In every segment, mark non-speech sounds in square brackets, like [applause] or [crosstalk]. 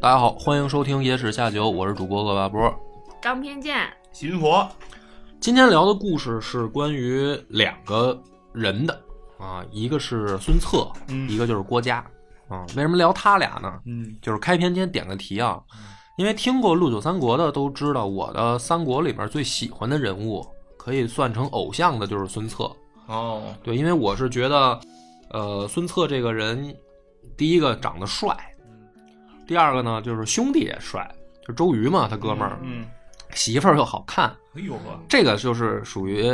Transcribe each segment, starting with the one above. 大家好，欢迎收听《野史下酒》，我是主播恶霸波。张偏见，秦佛，今天聊的故事是关于两个人的啊，一个是孙策，嗯一个就是郭嘉啊。为什么聊他俩呢？嗯就是开篇先点个题啊，因为听过《陆九三国》的都知道，我的三国里面最喜欢的人物，可以算成偶像的就是孙策。哦，对，因为我是觉得，呃，孙策这个人，第一个长得帅，嗯第二个呢就是兄弟也帅，就周瑜嘛，他哥们儿，嗯，媳妇儿又好看，哎呦呵，这个就是属于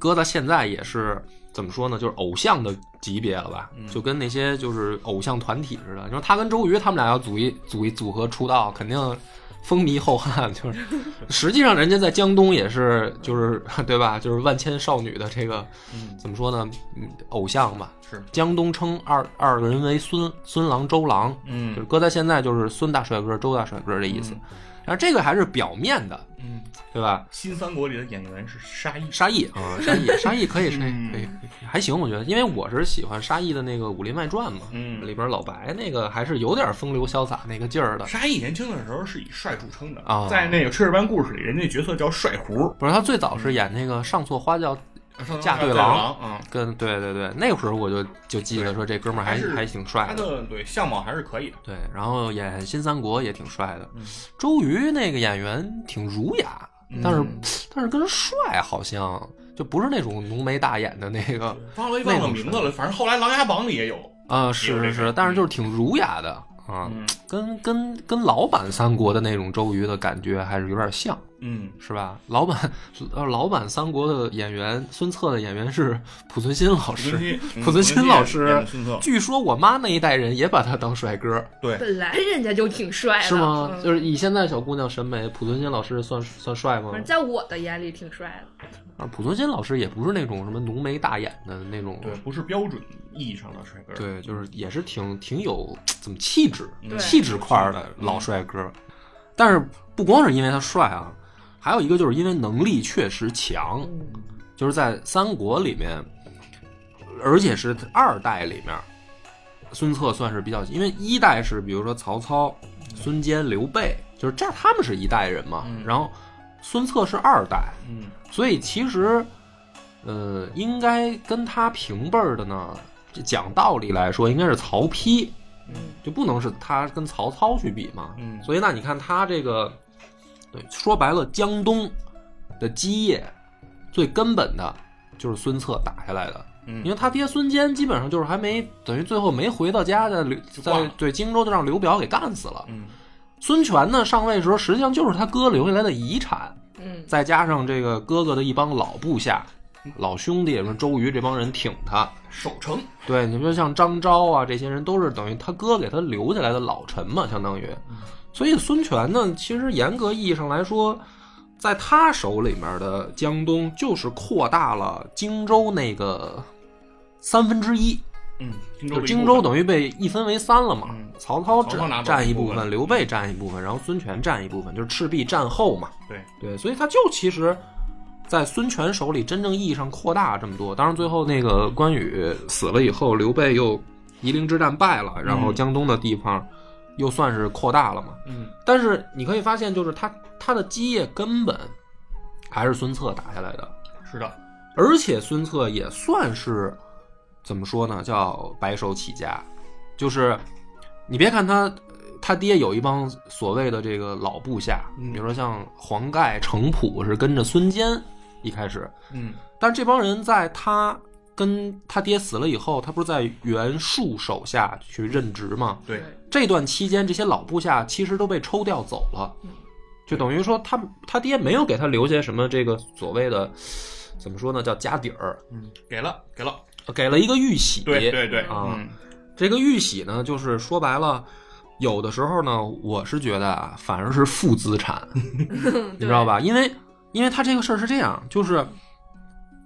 搁到现在也是怎么说呢，就是偶像的级别了吧，嗯就跟那些就是偶像团体似的。你说他跟周瑜他们俩要组一组一组合出道，肯定风靡后汉。 [laughs] [laughs] 就是实际上人家在江东也是就是对吧，就是万千少女的这个嗯怎么说呢，嗯偶像吧。是，江东称二二人为孙孙郎、周郎，就是嗯搁在现在就是孙大帅哥、周大帅哥这意思。然后这个还是表面的，嗯，对吧？新三国里的演员是沙溢，沙溢啊，沙 [laughs] 溢，沙溢可以，可以嗯，可以，还行，我觉得，因为我是喜欢沙溢的那个《武林外传》嘛，嗯里边老白那个还是有点风流潇洒那个劲儿的。沙溢年轻的时候是以帅著称的啊在那个《嗯炊事班故事》里，人家角色叫帅胡，不是，他最早是演那个《上错花轿》，嫁对对郎啊，跟对对对，那会儿我就就记得说这哥们儿还还是还挺帅他的。的对相貌还是可以的，对，然后演《新三国》也挺帅的嗯，周瑜那个演员挺儒雅，但是嗯但是跟帅好像就不是那种浓眉大眼的那个，忘了忘了名字了，反正后来《琅琊榜》里也有，啊，是是是，但是就是挺儒雅的啊，嗯跟跟跟老版三国的那种周瑜的感觉还是有点像，嗯，是吧？老版呃，老版三国的演员孙策的演员是濮存昕老濮师，存昕，濮存昕老师演的孙策， [laughs] 据说我妈那一代人也把他当帅哥，对，本来人家就挺哎帅的，是吗？嗯就是以现在小姑娘审美，濮存昕老师算算帅吗反？正在我的眼里挺帅的。啊，濮存昕老师也不是那种什么浓眉大眼的那种，对，不是标准意义上的帅哥，对，就是也是挺挺有怎么气质对、嗯气质块儿的老帅哥。但是不光是因为他帅啊，还有一个就是因为能力确实强，嗯就是在三国里面，而且是二代里面，孙策算是比较，因为一代是比如说曹操、嗯孙坚、刘备，就是这他们是一代人嘛，嗯然后孙策是二代，嗯，所以其实，呃，应该跟他平辈儿的呢，这讲道理来说，应该是曹丕，就不能是他跟曹操去比嘛。嗯所以那你看他这个，对，说白了，江东的基业最根本的就是孙策打下来的。嗯因为他爹孙坚基本上就是还没等于最后没回到家，在刘挂在了对荆州就让刘表给干死了。嗯孙权呢上位时候，实际上就是他哥留下来的遗产，嗯，再加上这个哥哥的一帮老部下、老兄弟，什么周瑜这帮人挺他。守城，对，你说像张昭啊，这些人都是等于他哥给他留下来的老臣嘛，相当于。所以孙权呢，其实严格意义上来说，在他手里面的江东就是扩大了荆州那个三分之一，嗯，荆州就的一荆部州分等于被一分为三了嘛。嗯曹操曹操拿占走占一一部部分，分刘备占一部分，然后孙权占一部分，就是赤壁战后嘛。对对，所以他就其实，在孙权手里真正意义上扩大这么多。当然，最后那个关羽死了以后，刘备又夷陵之战败了，然后江东的地方又算是扩大了嘛。嗯但是你可以发现，就是他他的基业根本还是孙策打下来的，是的，而且孙策也算是怎么说呢，叫白手起家，就是你别看他。他爹有一帮所谓的这个老部下，嗯比如说像黄盖、程普是跟着孙坚一开始，嗯但是这帮人在他跟他爹死了以后，他不是在袁术手下去任职吗？对，这段期间，这些老部下其实都被抽调走了，就等于说他他爹没有给他留下什么这个所谓的怎么说呢，叫家底儿，嗯，给了给了，给了一个玉玺。对对对，啊嗯这个玉玺呢，就是说白了，有的时候呢，我是觉得啊，反而是负资产，你 [laughs] 你知道？吧？因为因为他这个事儿是这样，就是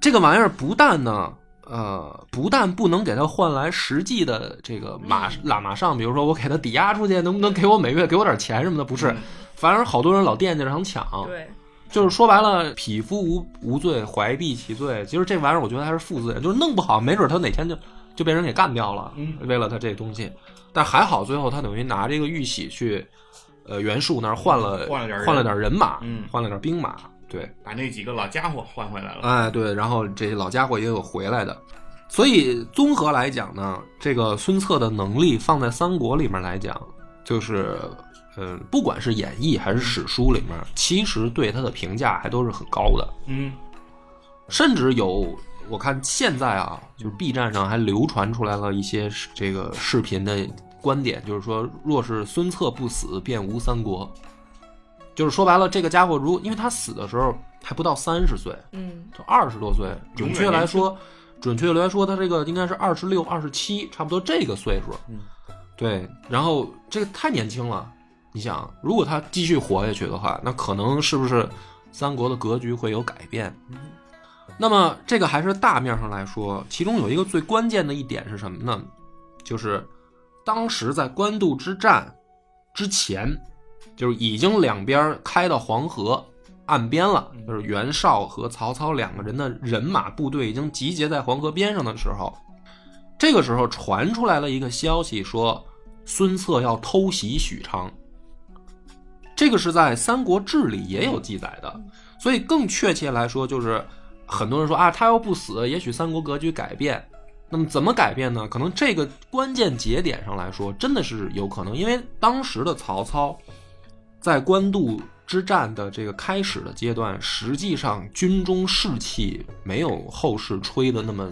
这个玩意儿不但呢，呃，不但不能给他换来实际的这个马拉马上，比如说我给他抵押出去，能不能给我每月给我点钱什么的？不是，反而好多人老惦记着想抢，对，就是说白了，匹夫无无罪，怀璧其罪。其实这玩意儿，我觉得还是负责任，就是弄不好，没准他哪天就就被人给干掉了。嗯为了他这东西，但还好最后他等于拿这个玉玺去，呃，袁术那儿换了换了点人换了点人马，嗯换了点兵马。对，把那几个老家伙换回来了。哎对，然后这老家伙也有回来的。所以综合来讲呢，这个孙策的能力放在三国里面来讲，就是。嗯，不管是演义还是史书里面，其实对他的评价还都是很高的。嗯，甚至有我看现在啊，就是 B 站上还流传出来了一些视这个视频的观点，就是说，若是孙策不死，便无三国。就是说白了，这个家伙如因为他死的时候还不到三十岁，嗯，就二十多岁，永准确远来说，准确来说，他这个应该是二十六、二十七，差不多这个岁数。嗯，对。然后这个太年轻了，你想，如果他继续活下去的话，那可能是不是三国的格局会有改变？嗯那么这个还是大面上来说，其中有一个最关键的一点是什么呢？就是当时在官渡之战之前，就是已经两边开到黄河岸边了，就是袁绍和曹操两个人的人马部队已经集结在黄河边上的时候，这个时候传出来了一个消息说，孙策要偷袭许昌。这个是在《三国志》里也有记载的，所以更确切来说，就是很多人说啊，他要不死，也许三国格局改变。那么怎么改变呢？可能这个关键节点上来说，真的是有可能，因为当时的曹操在官渡之战的这个开始的阶段，实际上军中士气没有后世吹的那么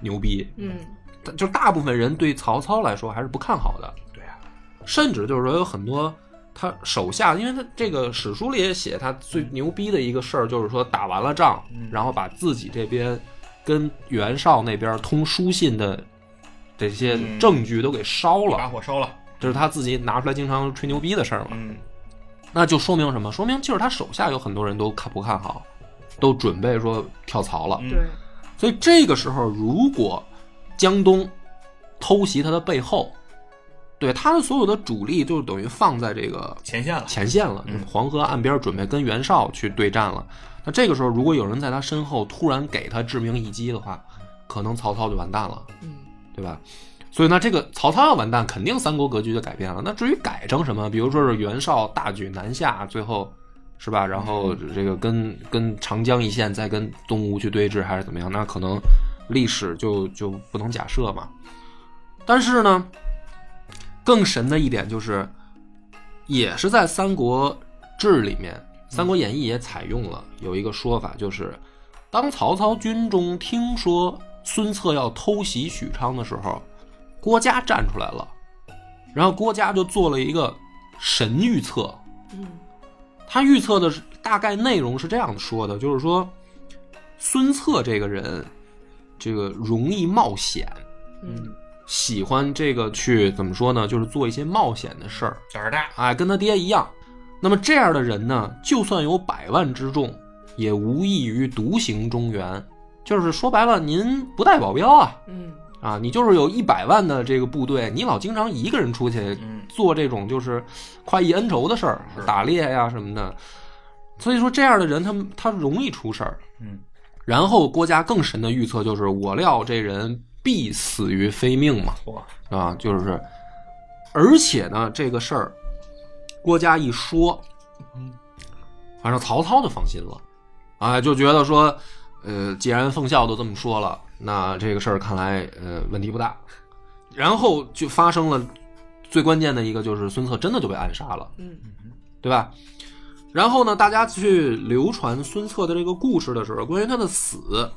牛逼，嗯，但就大部分人对曹操来说还是不看好的，对啊，甚至就是说有很多他手下，因为他这个史书里也写他最牛逼的一个事儿，就是说打完了仗，嗯然后把自己这边跟袁绍那边通书信的这些嗯证据都给烧了，把火烧了。这是他自己拿出来经常吹牛逼的事儿嘛。嗯，那就说明什么？说明就是他手下有很多人都看不看好，都准备说跳槽了。嗯对，所以这个时候，如果江东偷袭他的背后，对他的所有的主力就等于放在这个前线了。前线了，嗯黄河岸边准备跟袁绍去对战了。那这个时候，如果有人在他身后突然给他致命一击的话，可能曹操就完蛋了，嗯，对吧？所以呢，这个曹操要完蛋，肯定三国格局就改变了。那至于改成什么，比如说是袁绍大举南下，最后是吧？然后这个跟跟长江一线再跟东吴去对峙，还是怎么样？那可能历史就就不能假设嘛。但是呢，更神的一点就是，也是在《三国志》里面，《三国演义》也采用了有一个说法，就是当曹操军中听说孙策要偷袭许昌的时候，郭嘉站出来了，然后郭嘉就做了一个神预测，嗯，他预测的是大概内容是这样说的，就是说孙策这个人，这个容易冒险，嗯，喜欢这个去怎么说呢？就是做一些冒险的事儿，胆儿大，哎，跟他爹一样。那么这样的人呢，就算有百万之众，也无异于独行中原。就是说白了，您不带保镖啊嗯，啊，你就是有一百万的这个部队，你老经常一个人出去嗯，做这种就是快意恩仇的事儿是，打猎呀、什么的。所以说这样的人他，他容易出事儿。嗯，然后郭嘉更神的预测就是，我料这人必死于非命嘛。哇，啊，就是，而且呢，这个事儿，郭嘉一说，反正曹操就放心了，啊，就觉得说，呃，既然奉孝都这么说了，那这个事儿看来，呃，问题不大。然后就发生了最关键的一个，就是孙策真的就被暗杀了，嗯，对吧？然后呢，大家去流传孙策的这个故事的时候，关于他的死，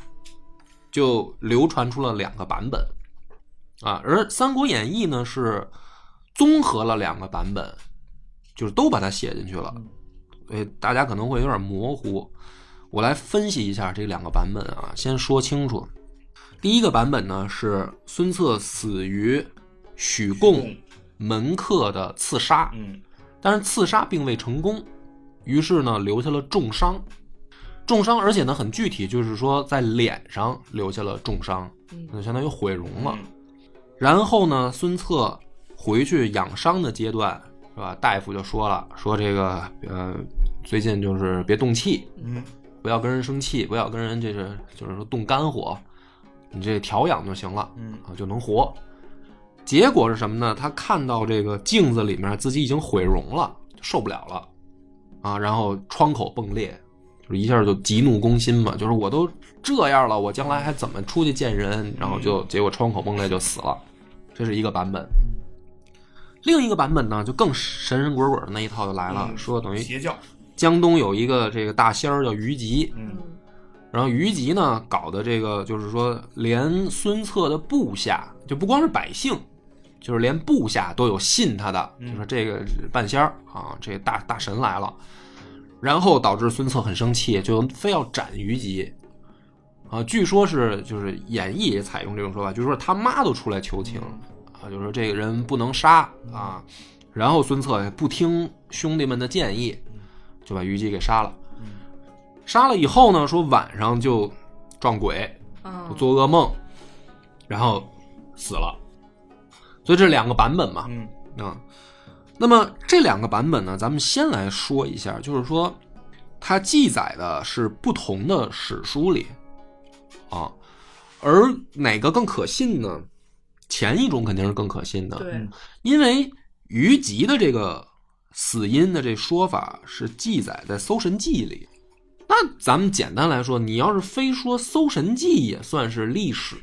就流传出了两个版本啊。而《三国演义》呢是综合了两个版本，就是都把它写进去了，所以大家可能会有点模糊。我来分析一下这两个版本啊，先说清楚。第一个版本呢是孙策死于许贡嗯门客的刺杀，嗯但是刺杀并未成功，于是呢留下了重伤，重伤，而且呢很具体，就是说在脸上留下了重伤，嗯就相当于毁容了。嗯然后呢，孙策回去养伤的阶段，是吧？大夫就说了，说这个呃，最近就是别动气，嗯不要跟人生气，不要跟人这是就是说动肝火，你这调养就行了。嗯啊就能活。结果是什么呢？他看到这个镜子里面自己已经毁容了，受不了了啊，然后窗口迸裂，就是一下就急怒攻心嘛，就是我都这样了，我将来还怎么出去见人？然后就结果窗口迸裂就死了，这是一个版本。另一个版本呢，就更神神鬼鬼的那一套就来了，嗯说等于邪教，江东有一个这个大仙儿叫于吉，嗯嗯然后于吉呢搞的这个就是说，连孙策的部下就不光是百姓，就是连部下都有信他的，嗯就说这个半仙儿啊，这大大神来了，然后导致孙策很生气，就非要斩于吉。啊，据说是就是演义也采用这种说法，据说他妈都出来求情啊，就说这个人不能杀啊，然后孙策也不听兄弟们的建议，就把于吉给杀了。嗯杀了以后呢，说晚上就撞鬼，嗯，做噩梦，然后死了。所以这是两个版本嘛，嗯啊、那么这两个版本呢，咱们先来说一下，就是说它记载的是不同的史书里啊，而哪个更可信呢？前一种肯定是更可信的，对嗯，因为于吉的这个死因的这说法是记载在《搜神记》里。那咱们简单来说，你要是非说《搜神记》也算是历史，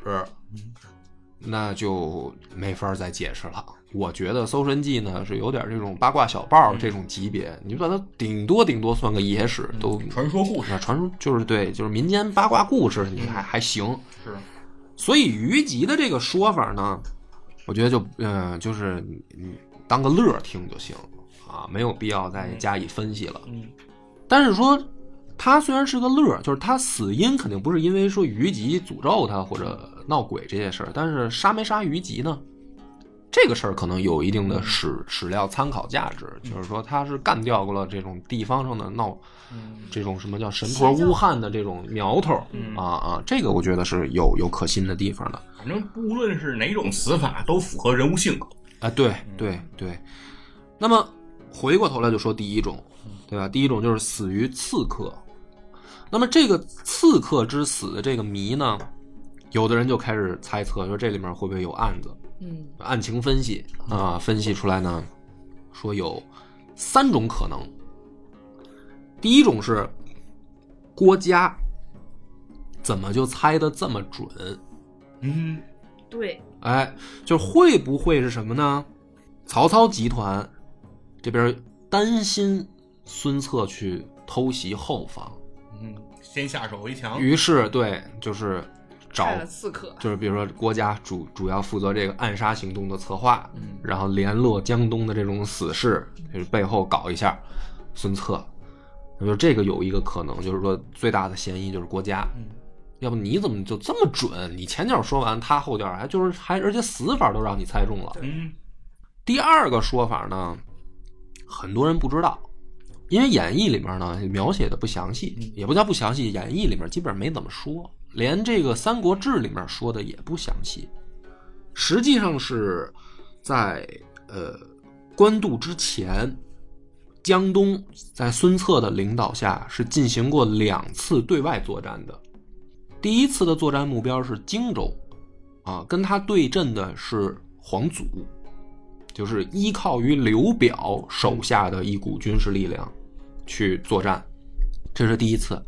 那就没法再解释了。我觉得《搜神记呢》是有点这种八卦小报这种级别，你就把它顶多顶多算个野史，都传说故事那传说就是对，就是民间八卦故事，你还还行。是，所以于吉的这个说法呢，我觉得就嗯、呃就是你你当个乐儿听就行啊，没有必要再加以分析了。嗯但是说他虽然是个乐儿，就是他死因肯定不是因为说于吉诅咒他或者闹鬼这些事儿，但是杀没杀于吉呢？这个事儿可能有一定的史史料参考价值，就是说他是干掉过了这种地方上的闹嗯这种什么叫神婆巫汉的这种苗头嗯啊啊，这个我觉得是有有可信的地方的。反正无论是哪种死法，都符合人物性格。啊，对对对。那么回过头来就说第一种，对吧？第一种就是死于刺客。那么这个刺客之死的这个谜呢，有的人就开始猜测说这里面会不会有案子，嗯案情分析啊，分析出来呢，说有三种可能。第一种是郭嘉，怎么就猜的这么准？嗯对，哎，就是会不会是什么呢？曹操集团这边担心孙策去偷袭后方，嗯，先下手为强。于是对，就是找派了刺客，就是比如说郭嘉主主要负责这个暗杀行动的策划，嗯然后联络江东的这种死士，就是背后搞一下孙策。就是这个有一个可能，就是说最大的嫌疑就是郭嘉，嗯要不你怎么就这么准？你前脚说完，他后脚还就是还而且死法都让你猜中了。嗯第二个说法呢，很多人不知道，因为演义里面呢描写的不详细嗯，也不叫不详细，演义里面基本上没怎么说，连这个《三国志》里面说的也不详细。实际上是在呃官渡之前，江东在孙策的领导下是进行过两次对外作战的。第一次的作战目标是荆州，啊，跟他对阵的是黄祖。就是依靠于刘表手下的一股军事力量去作战，这是第一次。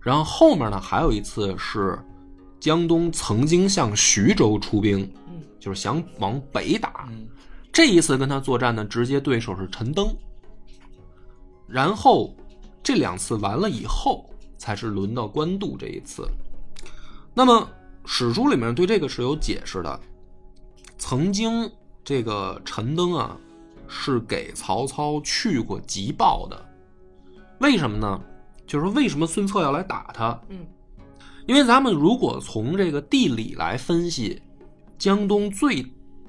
然后后面呢，还有一次是江东曾经向徐州出兵，嗯就是想往北打。嗯这一次跟他作战的直接对手是陈登。然后这两次完了以后，才是轮到官渡这一次。那么史书里面对这个是有解释的。曾经这个陈登啊，是给曹操去过急报的。为什么呢？就是为什么孙策要来打他？嗯因为咱们如果从这个地理来分析，江东最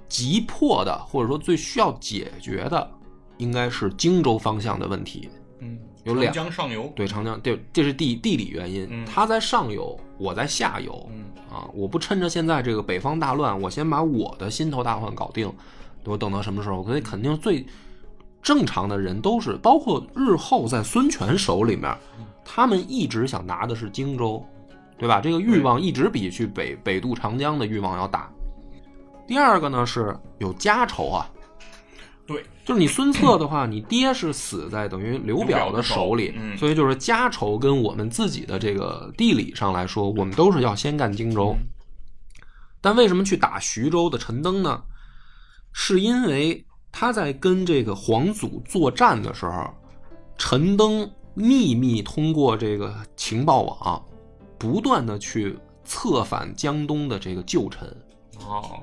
急迫的，或者说最需要解决的，应该是荆州方向的问题。嗯，有两长江上游，对长江，对，这是地地理原因，嗯它在上游，我在下游，嗯啊，我不趁着现在这个北方大乱，我先把我的心头大患搞定，我等到什么时候？所以肯定最正常的人都是，包括日后在孙权手里面，嗯他们一直想拿的是荆州，对吧？这个欲望一直比去北北渡长江的欲望要大。第二个呢是有家仇啊，对，就是你孙策的话，你爹是死在等于刘表的手里刘，表的手嗯所以就是家仇跟我们自己的这个地理上来说，我们都是要先干荆州。但为什么去打徐州的陈登呢？是因为他在跟这个皇祖作战的时候，陈登秘密通过这个情报网，不断的去策反江东的这个旧臣。哦，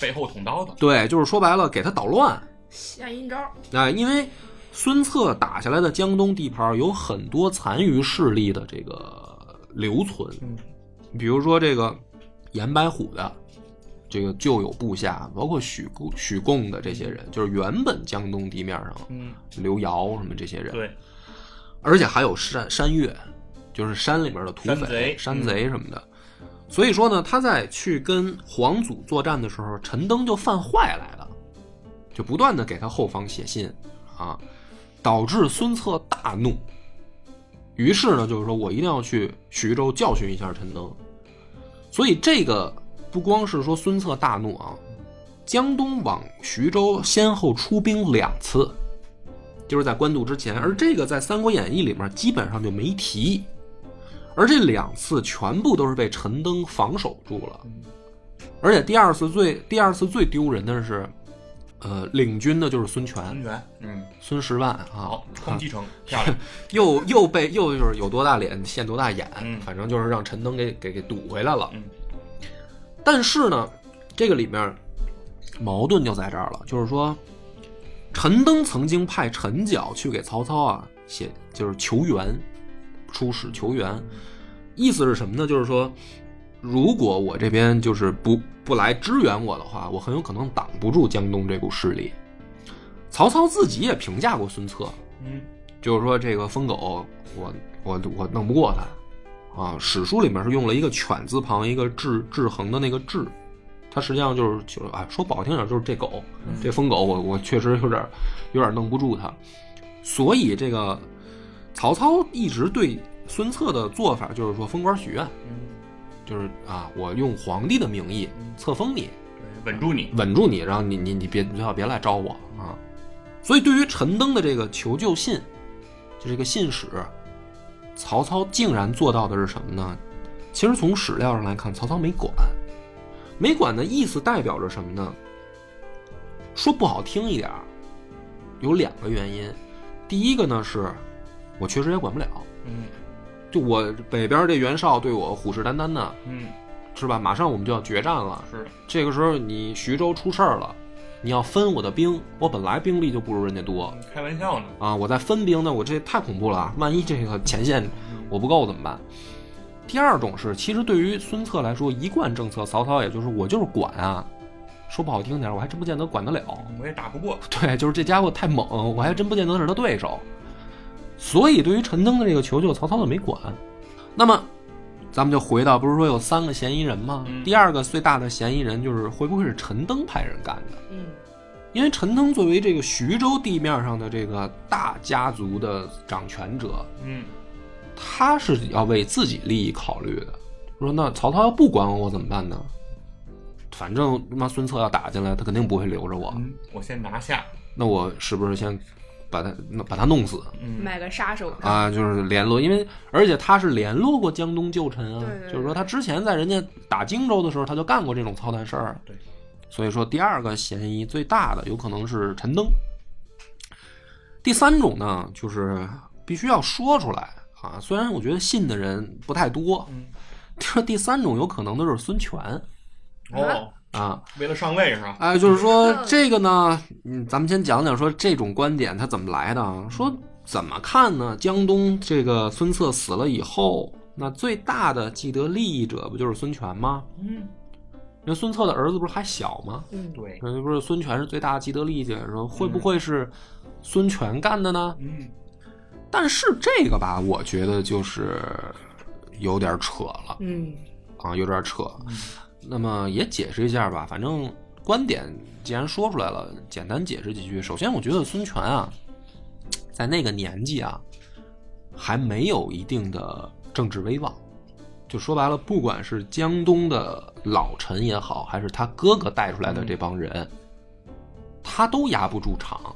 背后捅刀子，对，就是说白了，给他捣乱。下阴招，哎，因为孙策打下来的江东地盘儿有很多残余势力的这个留存，嗯比如说这个颜白虎的这个旧有部下，包括许贡、许贡的这些人，就是原本江东地面上嗯，刘尧什么这些人，对，而且还有山山岳，就是山里面的土匪、山贼嗯山贼什么的。所以说呢，他在去跟皇祖作战的时候，陈登就犯坏来了，就不断的给他后方写信啊，导致孙策大怒。于是呢，就是说我一定要去徐州教训一下陈登。所以这个不光是说孙策大怒啊，江东往徐州先后出兵两次，就是在官渡之前，而这个在《三国演义》里面基本上就没提，而这两次全部都是被陈登防守住了，而且第二次最第二次最丢人的是，呃，领军的就是孙权孙权，嗯，孙十万啊好，， [laughs] 空击城，漂亮，又又被又就是有多大脸现多大眼，嗯反正就是让陈登给给给堵回来了。嗯但是呢，这个里面矛盾就在这儿了，就是说，陈登曾经派陈角去给曹操啊写，就是求援，出使求援，意思是什么呢？就是说，如果我这边就是不不来支援我的话，我很有可能挡不住江东这股势力。曹操自己也评价过孙策，嗯，就是说这个疯狗，我我我弄不过他啊。史书里面是用了一个犬字旁，一个制制衡的那个制，它实际上就是就是啊，说不好听点就是这狗，这疯狗我我确实有点有点弄不住他，所以这个曹操一直对孙策的做法就是说封官许愿，就是啊，我用皇帝的名义册封你，对，稳住你，稳住你，然后你你你别你最好别来招我啊。所以对于陈登的这个求救信，就这个信使，曹操竟然做到的是什么呢？其实从史料上来看，曹操没管，没管的意思代表着什么呢？说不好听一点儿，有两个原因。第一个呢是，我确实也管不了，嗯就我北边这袁绍对我虎视眈眈的，嗯，是吧？马上我们就要决战了，是，这个时候你徐州出事儿了，你要分我的兵，我本来兵力就不如人家多开玩笑呢，啊，我再分兵呢，我这太恐怖了，万一这个前线我不够怎么办？第二种是，其实对于孙策来说，一贯政策，曹操也就是我就是管啊，说不好听点儿，我还真不见得管得了。我也打不过， [laughs] 对，就是这家伙太猛，我还真不见得是他对手。所以对于陈登的这个求救，曹操就没管。那么，咱们就回到，不是说有三个嫌疑人吗？嗯第二个最大的嫌疑人就是会不会是陈登派人干的？嗯，因为陈登作为这个徐州地面上的这个大家族的掌权者，嗯，他是要为自己利益考虑的。说那曹操要不管我，我怎么办呢？反正他妈孙策要打进来，他肯定不会留着我。嗯我先拿下，那我是不是先把他那把他弄死嗯，买个杀手锏，啊？就是联络，因为而且他是联络过江东旧臣啊对对，对就是说他之前在人家打荆州的时候，他就干过这种操蛋事儿。对，所以说第二个嫌疑最大的有可能是陈登。第三种呢，就是必须要说出来啊，虽然我觉得信的人不太多 [laughs] 嗯，这第三种有可能的就是孙权哦，啊，为了上位是吧？哎，就是说这个呢，嗯，咱们先讲讲说这种观点它怎么来的啊？说怎么看呢？江东这个孙策死了以后，那最大的既得利益者不就是孙权吗？嗯，因为孙策的儿子不是还小吗？嗯，对，人家不是孙权是最大的既得利益者，说会不会是孙权干的呢？嗯，但是这个吧，我觉得就是有点扯了嗯，啊，有点扯。那么也解释一下吧，反正观点既然说出来了，简单解释几句。首先，我觉得孙权啊，在那个年纪啊，还没有一定的政治威望。就说白了，不管是江东的老臣也好，还是他哥哥带出来的这帮人，他都压不住场，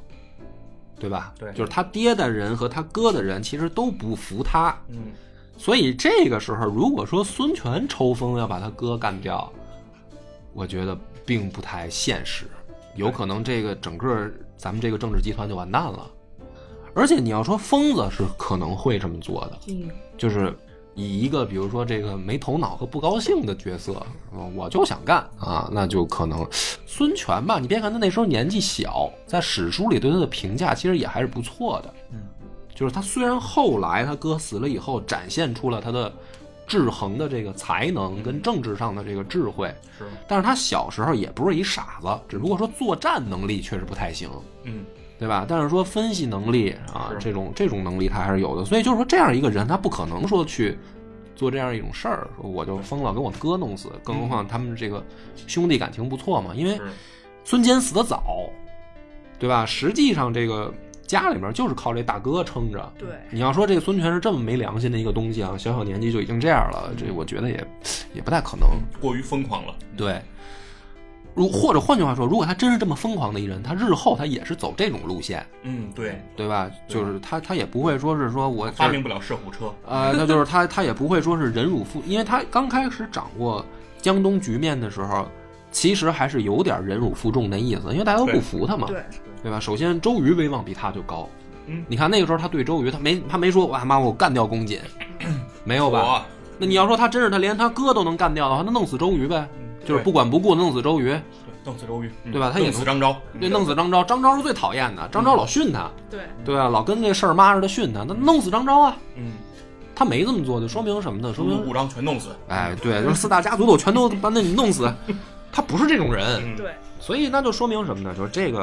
对吧？对就是他爹的人和他哥的人其实都不服他，嗯，所以这个时候，如果说孙权抽风要把他哥干掉，我觉得并不太现实，有可能这个整个咱们这个政治集团就完蛋了。而且你要说疯子是可能会这么做的，嗯，就是以一个比如说这个没头脑和不高兴的角色，嗯我就想干啊，那就可能孙权吧。你别看他那时候年纪小，在史书里对他的评价其实也还是不错的。嗯，就是他虽然后来他哥死了以后，展现出了他的制衡的这个才能跟政治上的这个智慧，是，但是他小时候也不是一傻子，只不过说作战能力确实不太行。嗯，对吧？但是说分析能力啊，是这种这种能力他还是有的。所以就是说，这样一个人，他不可能说去做这样一种事儿，说我就疯了，给我哥弄死。更何况他们这个兄弟感情不错嘛，因为嗯是，孙坚死的早，对吧？实际上这个家里面就是靠这大哥撑着。对，你要说这个孙权是这么没良心的一个东西啊，小小年纪就已经这样了，嗯这我觉得也也不太可能。过于疯狂了，对，如或者换句话说，如果他真是这么疯狂的一人，他日后他也是走这种路线。嗯，对，对吧？就是他，他也不会说是说我发明，不了射虎车，呃，那就是他，他也不会说是忍辱负，因为他刚开始掌握江东局面的时候，其实还是有点忍辱负重的意思，因为大家都不服他嘛，对，对吧？首先，周瑜威望比他就高，嗯你看那个时候他对周瑜，他没他没说哇妈我干掉公瑾，没有吧？嗯我，那你要说他真是他连他哥都能干掉的话，那弄死周瑜呗，嗯就是不管不顾弄死周瑜，对弄死周瑜，嗯对吧他也弄死张昭，对，弄死张昭，张昭是最讨厌的，张昭嗯老训他，对，对啊，老跟这事儿妈似的训他，那弄死张昭啊。嗯，他没这么做，就说明什么呢？说中明五张全弄死，哎，对，就是四大家族的我全都把那你弄死，他不是这种人，嗯，对，所以那就说明什么呢？就是这个，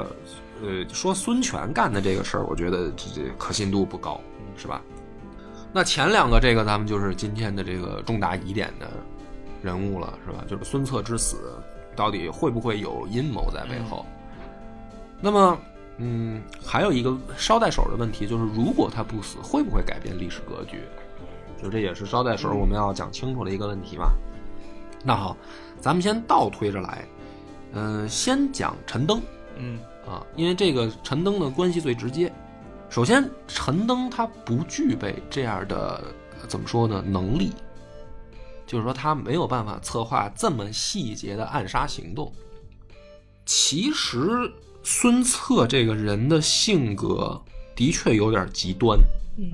呃，说孙权干的这个事儿，我觉得这这可信度不高，是吧？那前两个这个咱们就是今天的这个重大疑点的人物了，是吧？就是孙策之死到底会不会有阴谋在背后？那么，嗯，还有一个捎带手的问题，就是如果他不死，会不会改变历史格局？就这也是捎带手我们要讲清楚的一个问题嘛。那好，咱们先倒推着来，嗯、先讲陈登嗯，啊，因为这个陈登的关系最直接。首先，陈登他不具备这样的呃怎么说呢能力，就是说他没有办法策划这么细节的暗杀行动。其实孙策这个人的性格的确有点极端，嗯，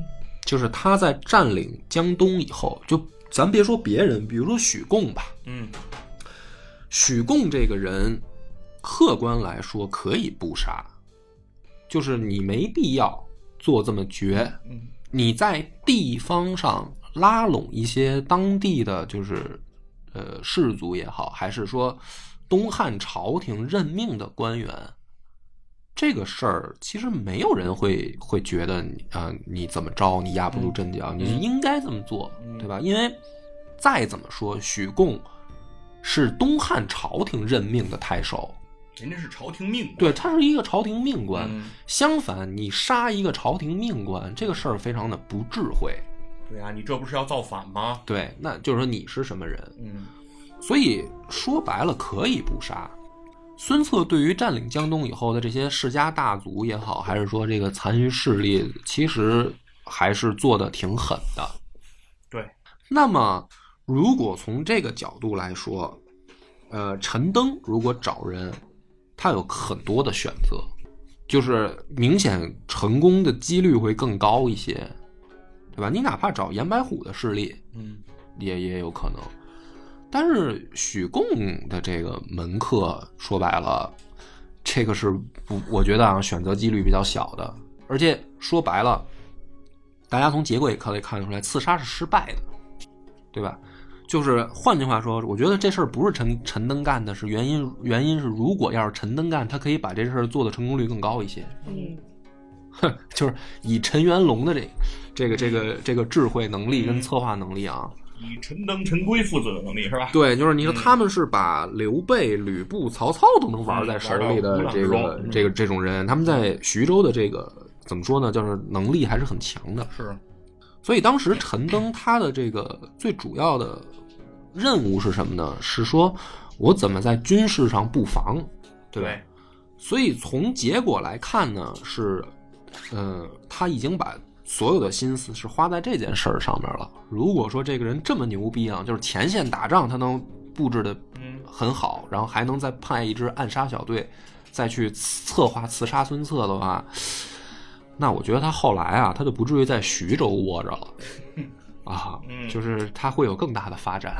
就是他在占领江东以后，就咱别说别人，比如说许贡吧，嗯，许贡这个人，客观来说可以不杀，就是你没必要做这么绝。嗯，你在地方上拉拢一些当地的，就是呃士族也好，还是说东汉朝廷任命的官员，这个事儿其实没有人会会觉得你啊、你怎么着你压不住阵脚，你应该这么做，对吧？因为再怎么说，许贡是东汉朝廷任命的太守，人家是朝廷命，对，他是一个朝廷命官。嗯相反，你杀一个朝廷命官，这个事儿非常的不智慧。对啊，你这不是要造反吗？对，那就是说你是什么人，嗯，所以说白了可以不杀。孙策对于占领江东以后的这些世家大族也好，还是说这个残余势力，其实还是做的挺狠的。对，那么，如果从这个角度来说，呃，陈登如果找人，他有很多的选择，就是明显成功的几率会更高一些，对吧？你哪怕找颜白虎的势力，嗯，也也有可能。但是许贡的这个门客，说白了，这个是不，我觉得啊，选择几率比较小的。而且说白了，大家从结果也可以看得出来，刺杀是失败的，对吧？就是换句话说，我觉得这事儿不是陈陈登干的，是原因原因是，如果要是陈登干，他可以把这事儿做的成功率更高一些。 [laughs] 嗯，哼，就是以陈元龙的这个这个这个这个智慧能力跟策划能力啊，以陈登、陈规父子的能力是吧？对，就是你说他们是把刘备、吕布、曹操都能玩在手里的嗯玩到这无个浪中这个这种人，他们在徐州的这个怎么说呢？就是能力还是很强的。是，所以当时陈登他的这个最主要的任务是什么呢？是说我怎么在军事上布防，对吧？对，所以从结果来看呢，是，呃，他已经把所有的心思是花在这件事儿上面了。如果说这个人这么牛逼啊，就是前线打仗他能布置的嗯很好，然后还能再派一支暗杀小队再去策划刺杀孙策的话，那我觉得他后来啊，他就不至于在徐州窝着了啊，嗯就是他会有更大的发展。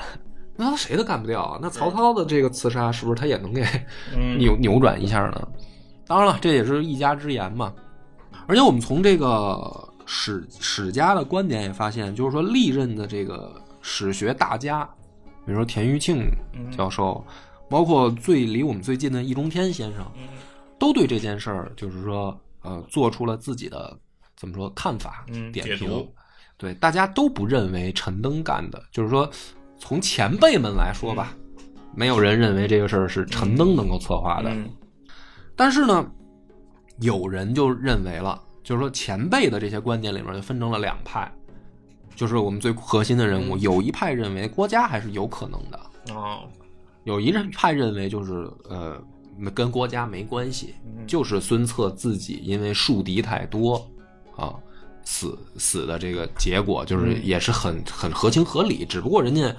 那他谁都干不掉啊！那曹操的这个刺杀是不是他也能给嗯，扭扭转一下呢？当然了，这也是一家之言嘛。而且我们从这个史史家的观点也发现，就是说历任的这个史学大家，比如说田余庆嗯教授，包括最离我们最近的易中天先生，嗯都对这件事儿就是说呃做出了自己的怎么说看法、嗯点解评读。对，大家都不认为陈登干的，就是说从前辈们来说嗯吧，没有人认为这个事儿是陈登能够策划的。嗯但是呢，有人就认为了，就是说前辈的这些观点里面就分成了两派，就是我们最核心的人物，有一派认为郭嘉还是有可能的，哦，有一派认为就是呃跟郭嘉没关系，嗯就是孙策自己因为树敌太多啊。死死的这个结果就是嗯也是很很合情合理，只不过人家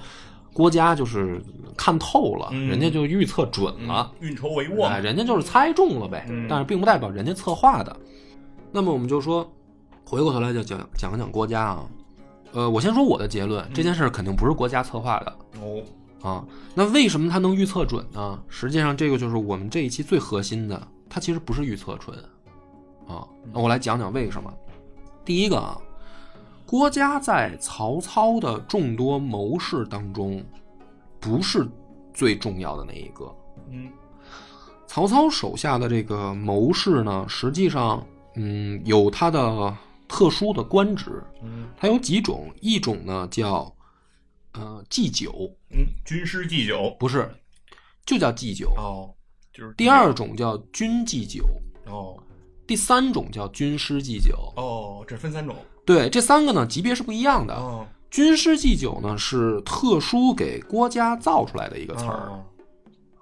郭嘉就是看透了，嗯人家就预测准了，运筹帷幄哎，，人家就是猜中了呗，嗯但是并不代表人家策划的。那么我们就说，回过头来就讲讲讲郭嘉啊，呃，我先说我的结论，嗯这件事儿肯定不是郭嘉策划的哦，啊。那为什么他能预测准呢？实际上这个就是我们这一期最核心的，他其实不是预测准啊。那我来讲讲为什么。第一个啊，郭嘉在曹操的众多谋士当中，不是最重要的那一个。嗯曹操手下的这个谋士呢，实际上，嗯，有他的特殊的官职，嗯它有几种，一种呢叫，呃，祭酒，嗯，军师祭酒，不是，就叫祭酒。哦，就是第二种叫军祭酒，哦第三种叫军师祭酒。哦，这分三种对，这三个呢级别是不一样的。哦，军师祭酒呢是特殊给郭嘉造出来的一个词儿。哦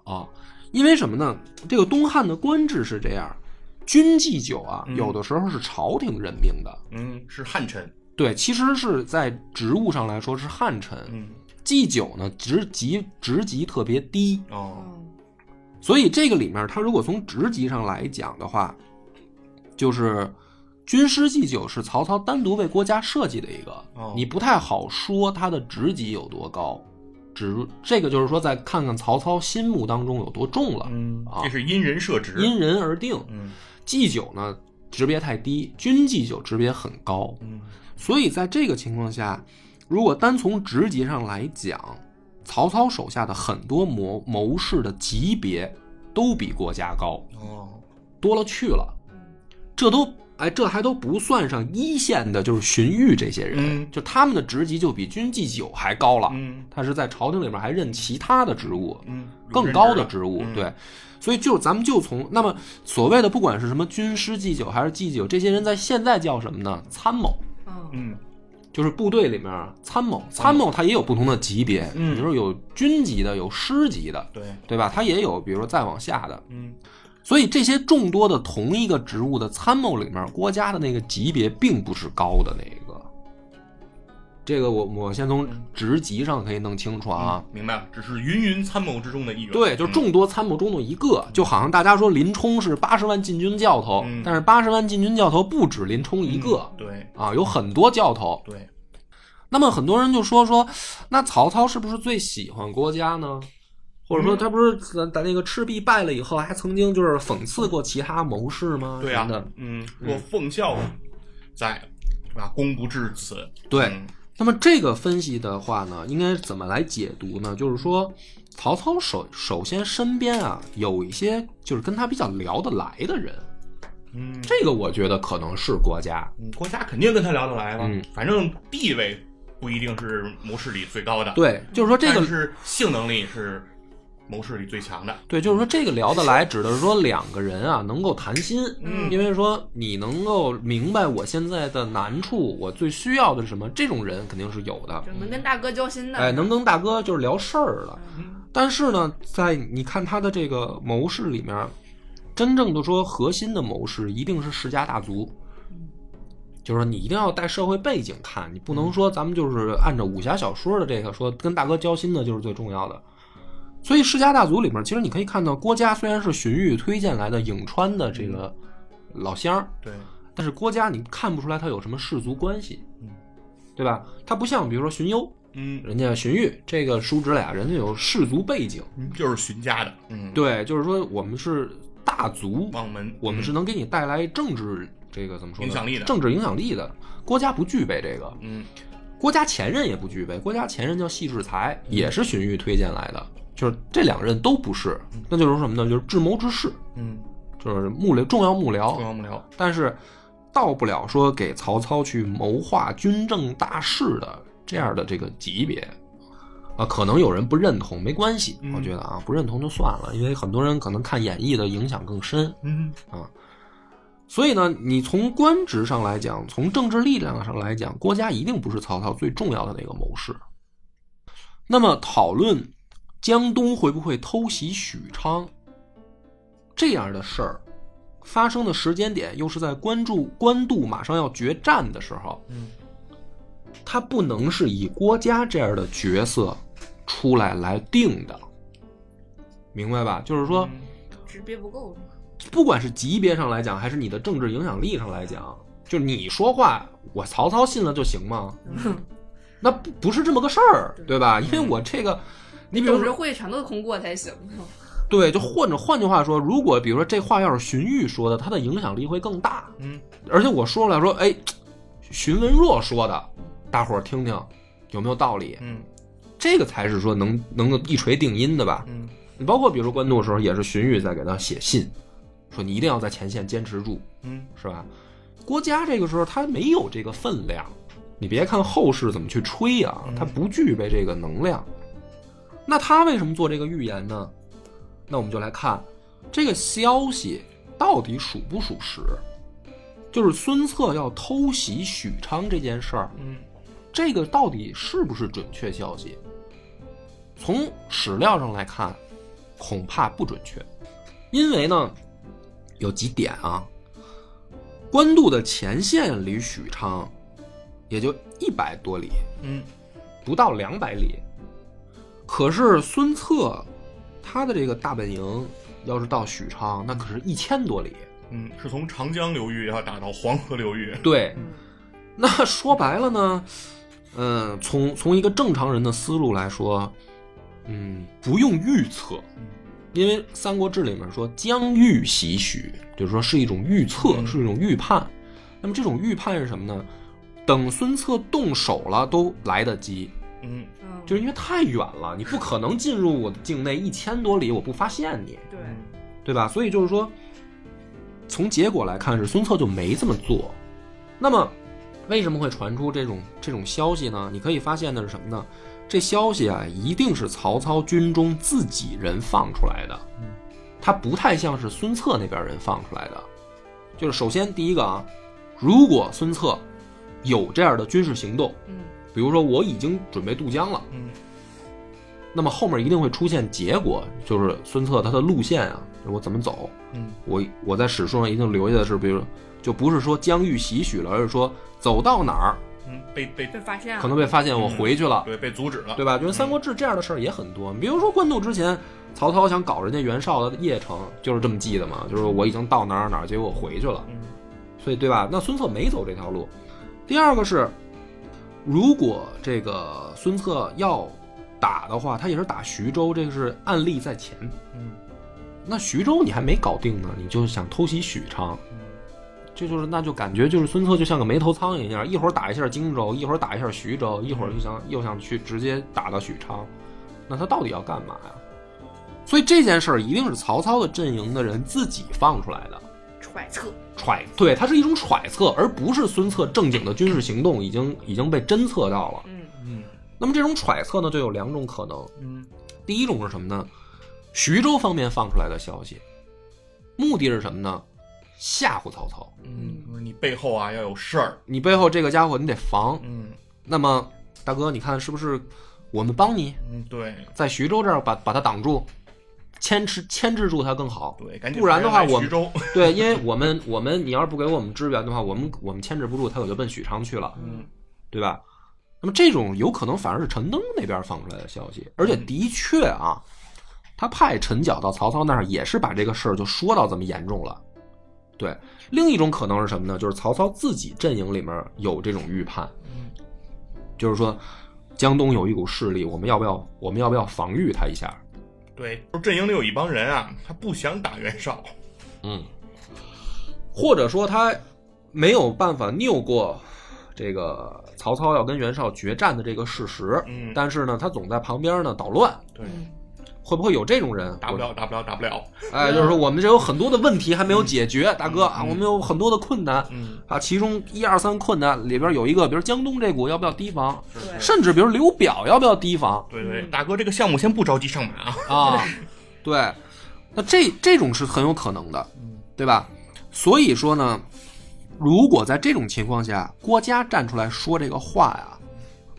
啊，因为什么呢？这个东汉的官制是这样，军祭酒啊，嗯有的时候是朝廷任命的，嗯，是汉臣，对，其实是在职务上来说是汉臣。嗯祭酒呢，职级职级特别低，嗯哦，所以这个里面，他如果从职级上来讲的话，就是军师祭酒是曹操单独为国家设计的一个，哦你不太好说他的职级有多高。只这个就是说，再看看曹操心目当中有多重了，嗯啊，这是因人设职，因人而定。嗯祭酒呢级别太低，军祭酒级别很高，嗯所以在这个情况下，如果单从职级上来讲，曹操手下的很多谋谋士的级别都比郭嘉高哦，多了去了，这都。哎，这还都不算上一线的，就是荀彧这些人，嗯就他们的职级就比军祭酒还高了。嗯他是在朝廷里面还任其他的职务，嗯，更高的职务，务，嗯对。所以就咱们就从那么所谓的不管是什么军师祭酒还是祭酒，这些人在现在叫什么呢？参谋，嗯嗯就是部队里面啊参谋，参谋他也有不同的级别，嗯比如说有军级的，有师级的，对，对吧？他也有比如说再往下的。嗯所以这些众多的同一个职务的参谋里面，郭嘉的那个级别并不是高的那一个。这个我我先从职级上可以弄清楚啊。明白了，只是云云参谋之中的一员，对，就是嗯众多参谋中的一个，就好像大家说林冲是八十万禁军教头，嗯但是八十万禁军教头不止林冲一个、对啊，有很多教头。对，那么很多人就说说，那曹操是不是最喜欢郭嘉呢？或者说嗯他不是在在那个赤壁败了以后，还曾经就是讽刺过其他谋士吗？对啊嗯呀、呀，嗯嗯，若奉孝在，是吧？功不至此。对嗯，那么这个分析的话呢，应该怎么来解读呢？就是说，曹操首首先身边啊有一些就是跟他比较聊得来的人，嗯，这个我觉得可能是国家。嗯国家肯定跟他聊得来了，嗯反正地位不一定是谋士里最高的，，对，就是说这个但是性能力是谋士里最强的。对，就是说这个聊得来，指的是说两个人啊能够谈心，嗯因为说你能够明白我现在的难处，我最需要的是什么，这种人肯定是有的就。能跟大哥交心的，哎，能跟大哥就是聊事儿了。嗯但是呢，在你看他的这个谋士里面，真正的说核心的谋士一定是世家大族，就是说你一定要带社会背景看，你不能说咱们就是按照武侠小说的这个说跟大哥交心的就是最重要的。所以世家大族里面，其实你可以看到郭嘉虽然是荀彧推荐来的颍川的这个老乡儿，对，但是郭嘉你看不出来他有什么氏族关系嗯，对吧？他不像比如说荀攸，嗯，人家荀彧这个叔侄啊俩，人家有氏族背景，就是荀家的，嗯，对，就是说我们是大族，望门，我们是能给你带来政治这个怎么说呢嗯影响力的政治影响力的。郭家不具备这个，嗯，郭家前任也不具备。郭家前任叫戏志才，也是荀彧推荐来的，就是这两任都不是，那就是说什么呢？就是智谋之士，嗯，就是幕僚重要幕僚，不要不聊，但是到不了说给曹操去谋划军政大事的这样的这个级别。啊，可能有人不认同，没关系，我觉得啊，不认同就算了，因为很多人可能看演义的影响更深，嗯所以呢，你从官职上来讲，从政治力量上来讲，郭嘉一定不是曹操最重要的那个谋士。那么，讨论江东会不会偷袭许昌这样的事儿，发生的时间点又是在关注官渡马上要决战的时候，嗯，他不能是以郭嘉这样的角色出来来定的，明白吧？就是嗯说。级别不够是吗？不管是级别上来讲，还是你的政治影响力上来讲，就是你说话，我曹操信了就行吗？那不不是这么个事儿，对吧？因为我这个，你比如董事说，会全都通过才行。对，就或者换句话说，如果比如说这话要是荀彧说的，他的影响力会更大。嗯，而且我说出来说，哎，荀文若说的，大伙儿听听有没有道理？嗯这个才是说能能够一锤定音的吧？嗯你包括比如说官渡的时候，也是荀彧在给他写信，说你一定要在前线坚持住，嗯是吧？郭嘉这个时候他没有这个分量，你别看后世怎么去吹啊，他不具备这个能量。那他为什么做这个预言呢？那我们就来看这个消息到底属不属实。就是孙策要偷袭许昌这件事儿，嗯这个到底是不是准确消息？从史料上来看，恐怕不准确，因为呢，有几点啊。官渡的前线离许昌也就一百多里，嗯不到两百里。可是孙策他的这个大本营要是到许昌，那可是一千多里。嗯，是从长江流域要打到黄河流域，对，那说白了呢，嗯、从从一个正常人的思路来说，嗯，不用预测，因为《三国志》里面说将欲袭许，就是说是一种预测，是一种预判。那么这种预判是什么呢？等孙策动手了都来得及，嗯嗯，就是因为太远了，你不可能进入我的境内一千多里，我不发现你。对，嗯对吧？所以就是说，从结果来看，是孙策就没这么做。那么，为什么会传出这种这种消息呢？你可以发现的是什么呢？这消息啊，一定是曹操军中自己人放出来的，它不太像是孙策那边人放出来的。就是首先第一个啊，如果孙策有这样的军事行动，嗯，比如说我已经准备渡江了，嗯，那么后面一定会出现结果，就是孙策他的路线啊，就是我怎么走，嗯，我我在史书上一定留下的是，比如就不是说疆域袭许了，而是说走到哪儿嗯，被被被发现了，可能被发现我回去了，对被阻止了，对吧？就是《三国志》这样的事儿也很多，比如说官渡之前，曹操想搞人家袁绍的邺城，就是这么记的嘛，就是我已经到哪儿哪儿，结果我回去了，所以对吧？那孙策没走这条路。第二个是，如果这个孙策要打的话，他也是打徐州，这个是案例在前。嗯，那徐州你还没搞定呢，你就想偷袭许昌，这就是那就感觉就是孙策就像个没头苍蝇一样，一会儿打一下荆州，一会儿打一下徐州，一会儿就想又想去直接打到许昌，那他到底要干嘛呀？所以这件事儿一定是曹操的阵营的人自己放出来的揣测，揣，对，它是一种揣测，而不是孙策正经的军事行动已经已经被侦测到了。嗯嗯那么这种揣测呢，就有两种可能，嗯第一种是什么呢？徐州方面放出来的消息，目的是什么呢？吓唬曹操，嗯，就是你背后啊要有事儿，你背后这个家伙你得防。嗯那么大哥，你看是不是我们帮你嗯，对在徐州这儿把把他挡住，牵制牵制住他更好？对，赶紧不然的话回来我 [laughs] 徐州， [laughs] 对，因为我们我们你要是不给我们支援的话，我们我们牵制不住他，可就奔许昌去了，嗯对吧？那么这种有可能反而是陈登那边放出来的消息，而且的确啊，他派陈角到曹操那儿也是把这个事儿就说到这么严重了。对，另一种可能是什么呢？就是曹操自己阵营里面有这种预判，嗯就是说江东有一股势力，我们要不要我们要不要防御他一下？对，就是阵营里有一帮人啊，他不想打袁绍，嗯，或者说他没有办法拗过这个曹操要跟袁绍决战的这个事实，嗯，但是呢，他总在旁边呢捣乱，对，会不会有这种人？ [laughs] 打不了，打不了，打不了，哎，就是说我们这有很多的问题还没有解决，大哥啊，嗯我们有很多的困难嗯，啊，其中一二三困难里边有一个，比如江东这股要不要提防，是对甚至比如刘表要不要提防对对，大哥这个项目先不着急上马啊，啊？对，那这这种是很有可能的，对吧？所以说呢，如果在这种情况下，郭嘉站出来说这个话呀，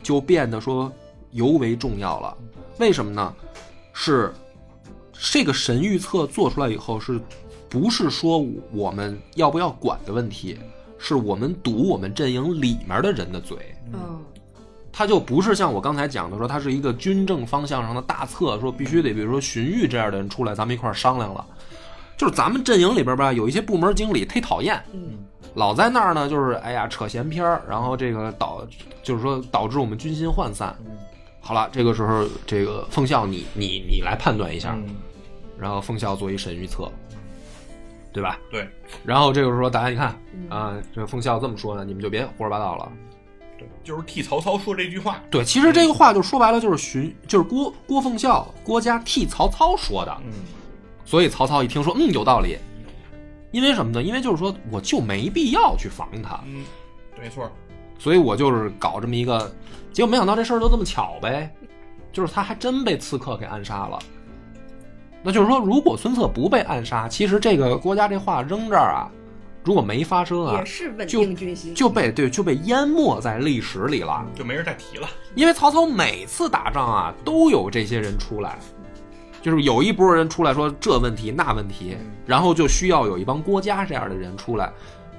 就变得说尤为重要了。为什么呢？是这个神预测做出来以后，是不是说我们要不要管的问题？是我们堵我们阵营里面的人的嘴。嗯它就不是像我刚才讲的说，它是一个军政方向上的大策，说必须得比如说荀彧这样的人出来，咱们一块儿商量了。就是咱们阵营里边吧，有一些部门经理忒讨厌，嗯老在那儿呢，就是哎呀扯闲篇儿，然后这个导就是说导致我们军心涣散。嗯好了，这个时候这个奉孝你你你来判断一嗯下，嗯然后奉孝做一神预测，对吧？对，然后这个时候大家你看嗯啊，这奉孝这么说呢，你们就别胡说八道了。就是替曹操说这句话，对，其实这嗯个话就说白了就是荀，就是郭郭奉孝郭嘉替曹操说的，嗯，所以曹操一听说，嗯，有道理。因为什么呢？因为就是说，我就没必要去防他，嗯，没错，所以我就是搞这么一个，结果没想到这事儿就这么巧呗，就是他还真被刺客给暗杀了。那就是说，如果孙策不被暗杀，其实这个郭嘉这话扔这儿啊，如果没发生啊也，是稳就定军心，就被对就被淹没在历史里嗯了。就没人再提了，因为曹操每次打仗啊，都有这些人出来，就是有一波人出来说这问题那问题，然后就需要有一帮郭嘉这样的人出来，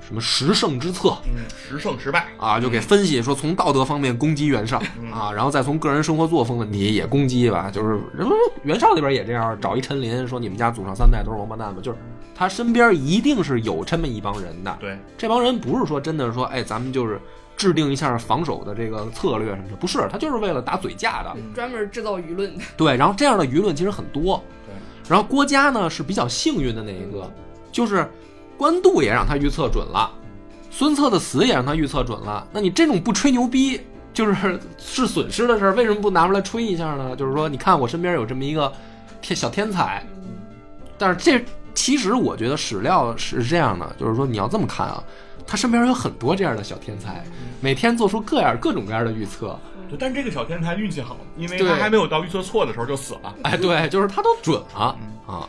什么十胜之策嗯，十胜十败，啊，就给分析说从道德方面攻击袁绍啊，然后再从个人生活作风问题也攻击吧，就是人们袁绍那边也这样，找一陈琳说你们家祖上三代都是王八蛋吧，就是他身边一定是有这么一帮人的，对，这帮人不是说真的是说，哎，咱们就是制定一下防守的这个策略什么的，不是，他就是为了打嘴架的。专门制造舆论的，对，然后这样的舆论其实很多。对，然后郭嘉呢是比较幸运的那一个，就是官渡也让他预测准了，孙策的死也让他预测准了。那你这种不吹牛逼，就是 [laughs] 是损失的事儿，为什么不拿出来吹一下呢？就是说，你看我身边有这么一个天小天才，但是这其实我觉得史料是这样的，就是说你要这么看啊，他身边有很多这样的小天才，每天做出各样各种各样的预测。对，但这个小天才运气好，因为对他还没有到预测错的时候就死了， [laughs] 哎，对，就是他都准了嗯啊，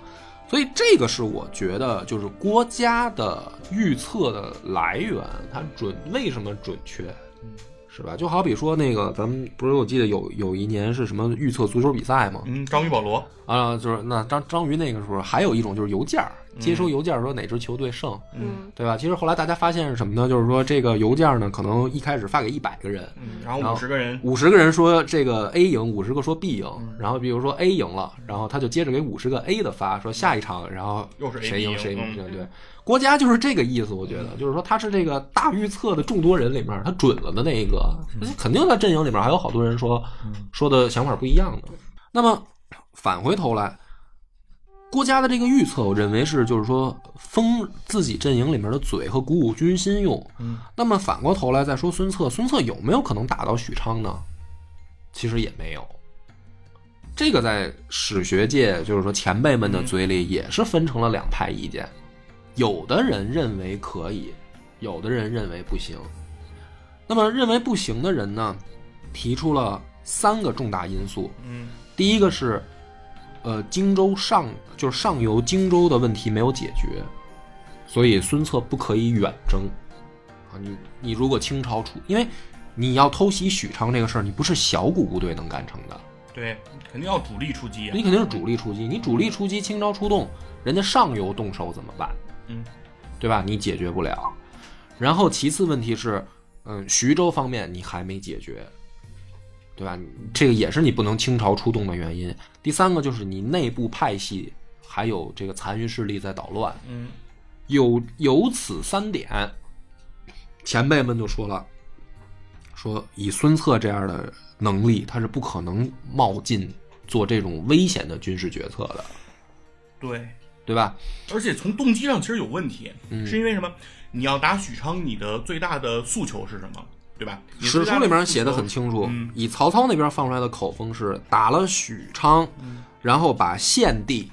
所以这个是我觉得就是郭嘉的预测的来源，它准为什么准确，嗯是吧？就好比说那个咱们不是我记得有有一年是什么预测足球比赛吗？嗯，章鱼保罗，啊，就是那章章鱼那个时候还有一种就是邮件儿接收邮件儿说哪支球队胜，嗯对吧？其实后来大家发现是什么呢？就是说这个邮件儿呢，可能一开始发给一百个人，嗯，然然后后五十个人，嗯五十个人说这个 A 赢，五十个说 B 赢，然后比如说 A 赢了，然后他就接着给五十个 A 的发，说下一场，然后又是 A 谁赢赢谁赢，嗯对对。国家就是这个意思，我觉得就是说他是这个大预测的众多人里面，他准了的那一个，嗯肯定在阵营里面还有好多人说说的想法不一样的。那么返回头来，郭嘉的这个预测，我认为是就是说封自己阵营里面的嘴和鼓舞军心用。嗯，那么反过头来再说孙策，孙策有没有可能打倒许昌呢？其实也没有。这个在史学界，就是说前辈们的嘴里也是分成了两派意见，有的人认为可以，有的人认为不行。那么认为不行的人呢，提出了三个重大因素。嗯第一个是，呃，荆州上就是上游荆州的问题没有解决，所以孙策不可以远征啊。你你如果清朝处，因为你要偷袭许昌这个事儿，你不是小股部队能干成的，对，肯定要主力出击啊你。肯定是主力出击。你主力出击，清朝出动，人家上游动手怎么办？嗯，对吧？你解决不了。然后其次问题是，嗯，徐州方面你还没解决，对吧？你这个也是你不能倾巢出动的原因。第三个就是你内部派系还有这个残余势力在捣乱，嗯，有有此三点，前辈们就说了，说以孙策这样的能力，他是不可能冒进做这种危险的军事决策的，对，对吧？而且从动机上其实有问题，嗯是因为什么？你要打许昌，你的最大的诉求是什么？对吧？你史最大书的里面诉求写的很清楚，嗯以曹操那边放出来的口风是打了许昌，嗯然后把献帝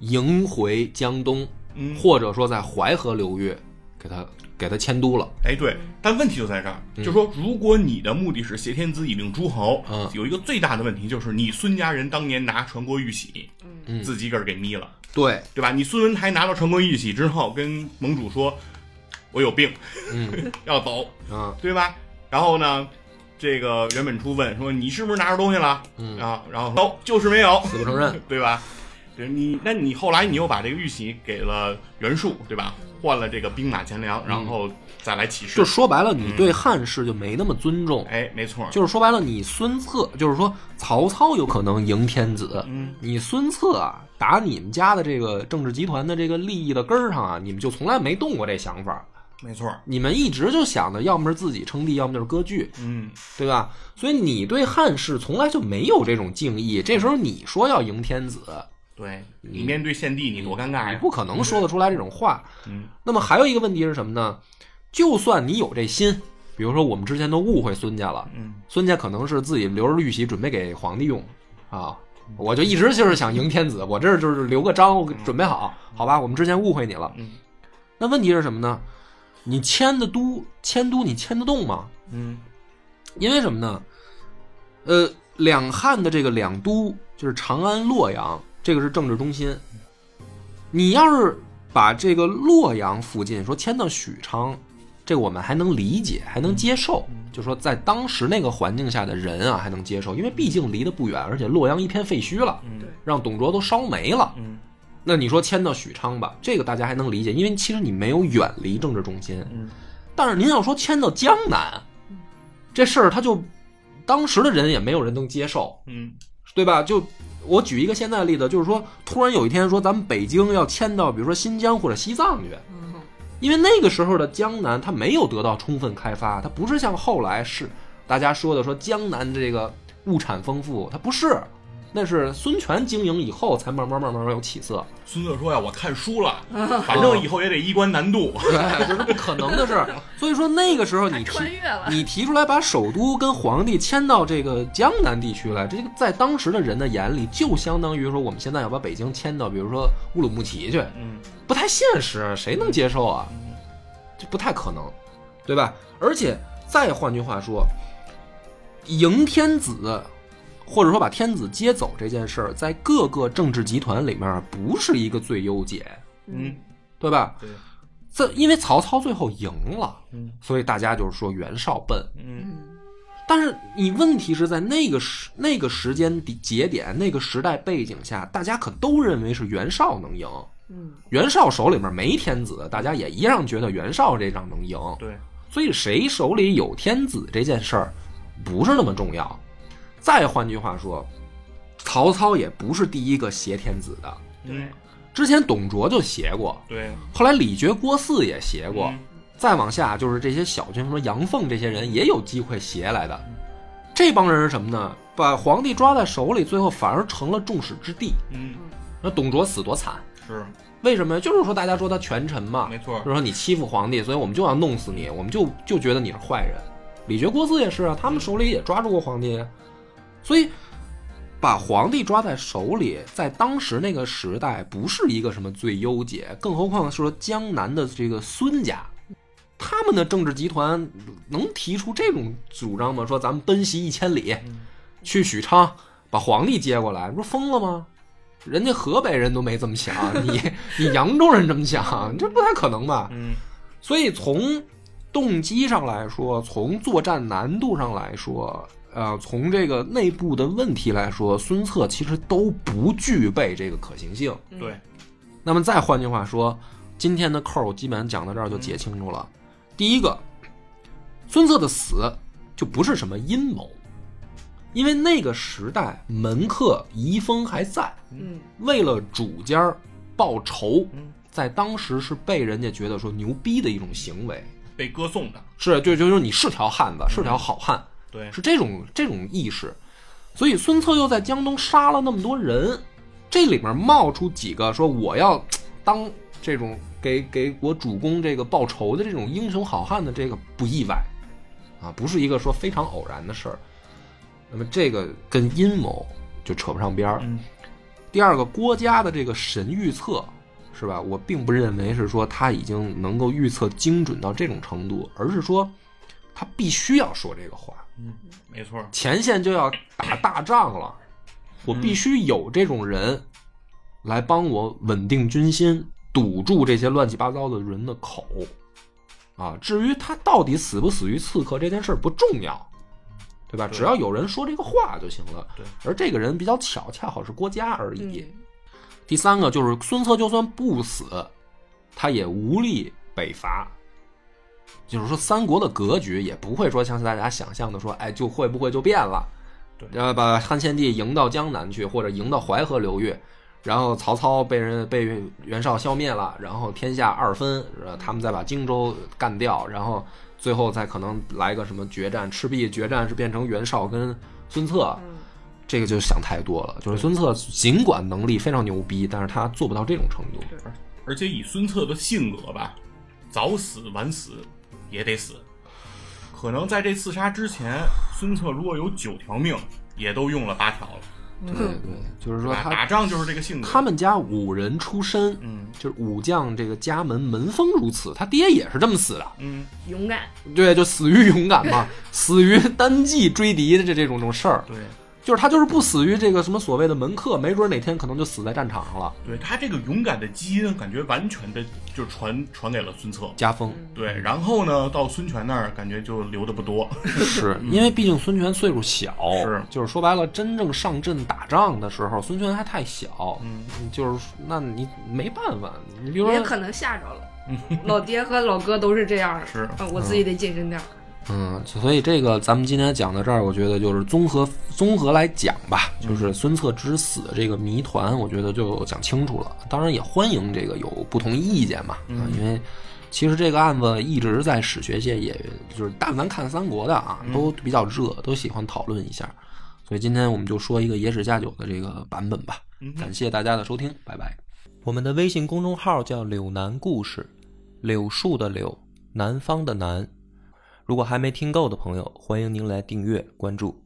迎回江东，嗯或者说在淮河流域给他给他迁都了。哎，对，但问题就在这儿，就说如果你的目的是挟天子以令诸侯，嗯有一个最大的问题就是你孙家人当年拿传国玉玺，嗯，自己个儿给眯了，对，对吧？你孙文台拿到传国玉玺之后，跟盟主说，我有病，嗯 [laughs] 要走，啊，对吧？然后呢，这个袁本初问说你是不是拿着东西了？嗯啊，然后说哦，就是没有，死不承认。对吧？对你，那你后来你又把这个玉玺给了袁术，对吧？换了这个兵马钱粮，然后再来起事就。说白了，你对汉室就没那么尊重。嗯哎，没错，就是说白了，你孙策，就是说曹操有可能迎天子，嗯你孙策啊，打你们家的这个政治集团的这个利益的根儿上啊，你们就从来没动过这想法儿。没错，你们一直就想着，要么是自己称帝，要么就是割据，嗯，对吧？所以你对汉室从来就没有这种敬意。这时候你说要迎天子，对你面对献帝，你多尴尬嗯你呀！不可能说得出来这种话。嗯，那么还有一个问题是什么呢？就算你有这心，比如说我们之前都误会孙家了，嗯，孙家可能是自己留着玉玺准备给皇帝用啊。嗯我就一直就是想迎天子，我这儿就是留个章，我准备好，好吧？我们之前误会你了嗯。那问题是什么呢？你迁的都，迁都你迁得动吗？嗯，因为什么呢？呃，两汉的这个两都就是长安、洛阳，这个是政治中心。你要是把这个洛阳附近说迁到许昌，这个我们还能理解，还能接受，嗯就说在当时那个环境下的人啊，还能接受，因为毕竟离得不远，而且洛阳一片废墟了，嗯让董卓都烧没了。嗯那你说迁到许昌吧，这个大家还能理解，因为其实你没有远离政治中心。嗯，但是您要说迁到江南，这事儿他就当时的人也没有人能接受，嗯，对吧？就我举一个现在的例子，就是说，突然有一天说咱们北京要迁到，比如说新疆或者西藏去，嗯，因为那个时候的江南它没有得到充分开发，它不是像后来是大家说的说江南这个物产丰富，它不是。那是孙权经营以后才慢慢慢慢慢有起色，孙策说呀，我看书了， [laughs] 哦反正以后也得衣冠南 [laughs] 渡。对，这是不可能的事儿。 [laughs] 所以说那个时候你提穿越了，你提出来把首都跟皇帝迁到这个江南地区来，这个在当时的人的眼里，就相当于说我们现在要把北京迁到，比如说乌鲁木齐去，嗯，不太现实，谁能接受啊？这不太可能，对吧？而且再换句话说，迎天子，或者说把天子接走这件事儿，在各个政治集团里面不是一个最优解，嗯，对吧？对，这因为曹操最后赢了，嗯所以大家就是说袁绍笨，嗯嗯，但是你问题是在那个时那个时间底节点、那个时代背景下，大家可都认为是袁绍能赢。嗯，袁绍手里面没天子，大家也一样觉得袁绍这仗能赢。对，所以谁手里有天子这件事儿，不是那么重要。再换句话说，曹操也不是第一个挟天子的，嗯之前董卓就挟过，对，后来李傕、郭汜也挟过。嗯再往下就是这些小军，什么杨奉这些人也有机会携来的。这帮人是什么呢？把皇帝抓在手里，最后反而成了众矢之的。嗯那董卓死多惨，是为什么呀？就是说大家说他权臣嘛，没错嗯啊就是说你欺负皇帝，所以我们就要弄死你，我们就就觉得你是坏人。李傕、郭汜也是啊，他们手里也抓住过皇帝，啊所以把皇帝抓在手里，在当时那个时代不是一个什么最优解，更何况是说江南的这个孙家。他们的政治集团能提出这种主张吗？说咱们奔袭一千里，去许昌把皇帝接过来，你说疯了吗？人家河北人都没这么想，你你扬州人这么想，这不太可能吧？嗯所以从动机上来说，从作战难度上来说，呃，从这个内部的问题来说，孙策其实都不具备这个可行性。嗯对，那么再换句话说，今天的扣儿基本上讲到这儿就解清楚了。第一个，孙策的死就不是什么阴谋，因为那个时代门客遗风还在，嗯为了主家儿报仇嗯，在当时是被人家觉得说牛逼的一种行为，被歌颂的，是就就就是你是条汉子，是条好汉，对，是这种这种意识。所以孙策又在江东杀了那么多人，这里面冒出几个说我要当这种给给我主公这个报仇的这种英雄好汉的这个不意外，啊，不是一个说非常偶然的事儿。那么这个跟阴谋就扯不上边儿。嗯第二个，郭嘉的这个神预测，是吧？我并不认为是说他已经能够预测精准到这种程度，而是说他必须要说这个话。嗯，没错儿，前线就要打大仗了，我必须有这种人来帮我稳定军心，堵住这些乱七八糟的人的口。啊，至于他到底死不死于刺客这件事儿不重要，对吧？对只要有人说这个话就行了。对，而这个人比较巧，恰好是郭嘉而已。嗯第三个就是孙策就算不死，他也无力北伐。就是说，三国的格局也不会说像大家想象的说，哎，就会不会就变了，对然后把汉献帝迎到江南去，或者迎到淮河流域，然后曹操被人被袁绍消灭了，然后天下二分，呃他们再把荆州干掉，然后最后再可能来个什么决战，赤壁决战是变成袁绍跟孙策，嗯这个就想太多了。就是孙策尽管能力非常牛逼，但是他做不到这种程度。而且以孙策的性格吧，早死晚死也得死。可能在这刺杀之前，孙策如果有九条命，也都用了八条了。对对，就是说打他打仗就是这个性格。他们家五人出身，嗯就是武将这个家门门风如此，他爹也是这么死的。嗯，勇敢，对，就死于勇敢嘛，死于单骑追敌的这这种种事儿，对就是他就是不死于这个什么所谓的门客，没准哪天可能就死在战场上了。对，他这个勇敢的基因，感觉完全的就传传给了孙策。家风对，然后呢，到孙权那儿感觉就留的不多。是因为毕竟孙权岁数小，是就是说白了，真正上阵打仗的时候，孙权还太小，嗯，就是那你没办法，你比如也说，可能吓着了。老爹和老哥嗯都是这样的，是嗯，我自己得谨慎点儿。嗯，所以这个咱们今天讲到这儿，我觉得就是综合综合来讲吧，就是孙策之死这个谜团，我觉得就讲清楚了。当然也欢迎这个有不同意见嘛，啊，因为其实这个案子一直在史学界，也就是但凡看三国的啊，都比较热，都喜欢讨论一下。所以今天我们就说一个野史下酒的这个版本吧。感谢大家的收听，拜拜。我们的微信公众号叫“柳南故事”，柳树的柳，南方的南。如果还没听够的朋友，欢迎您来订阅关注。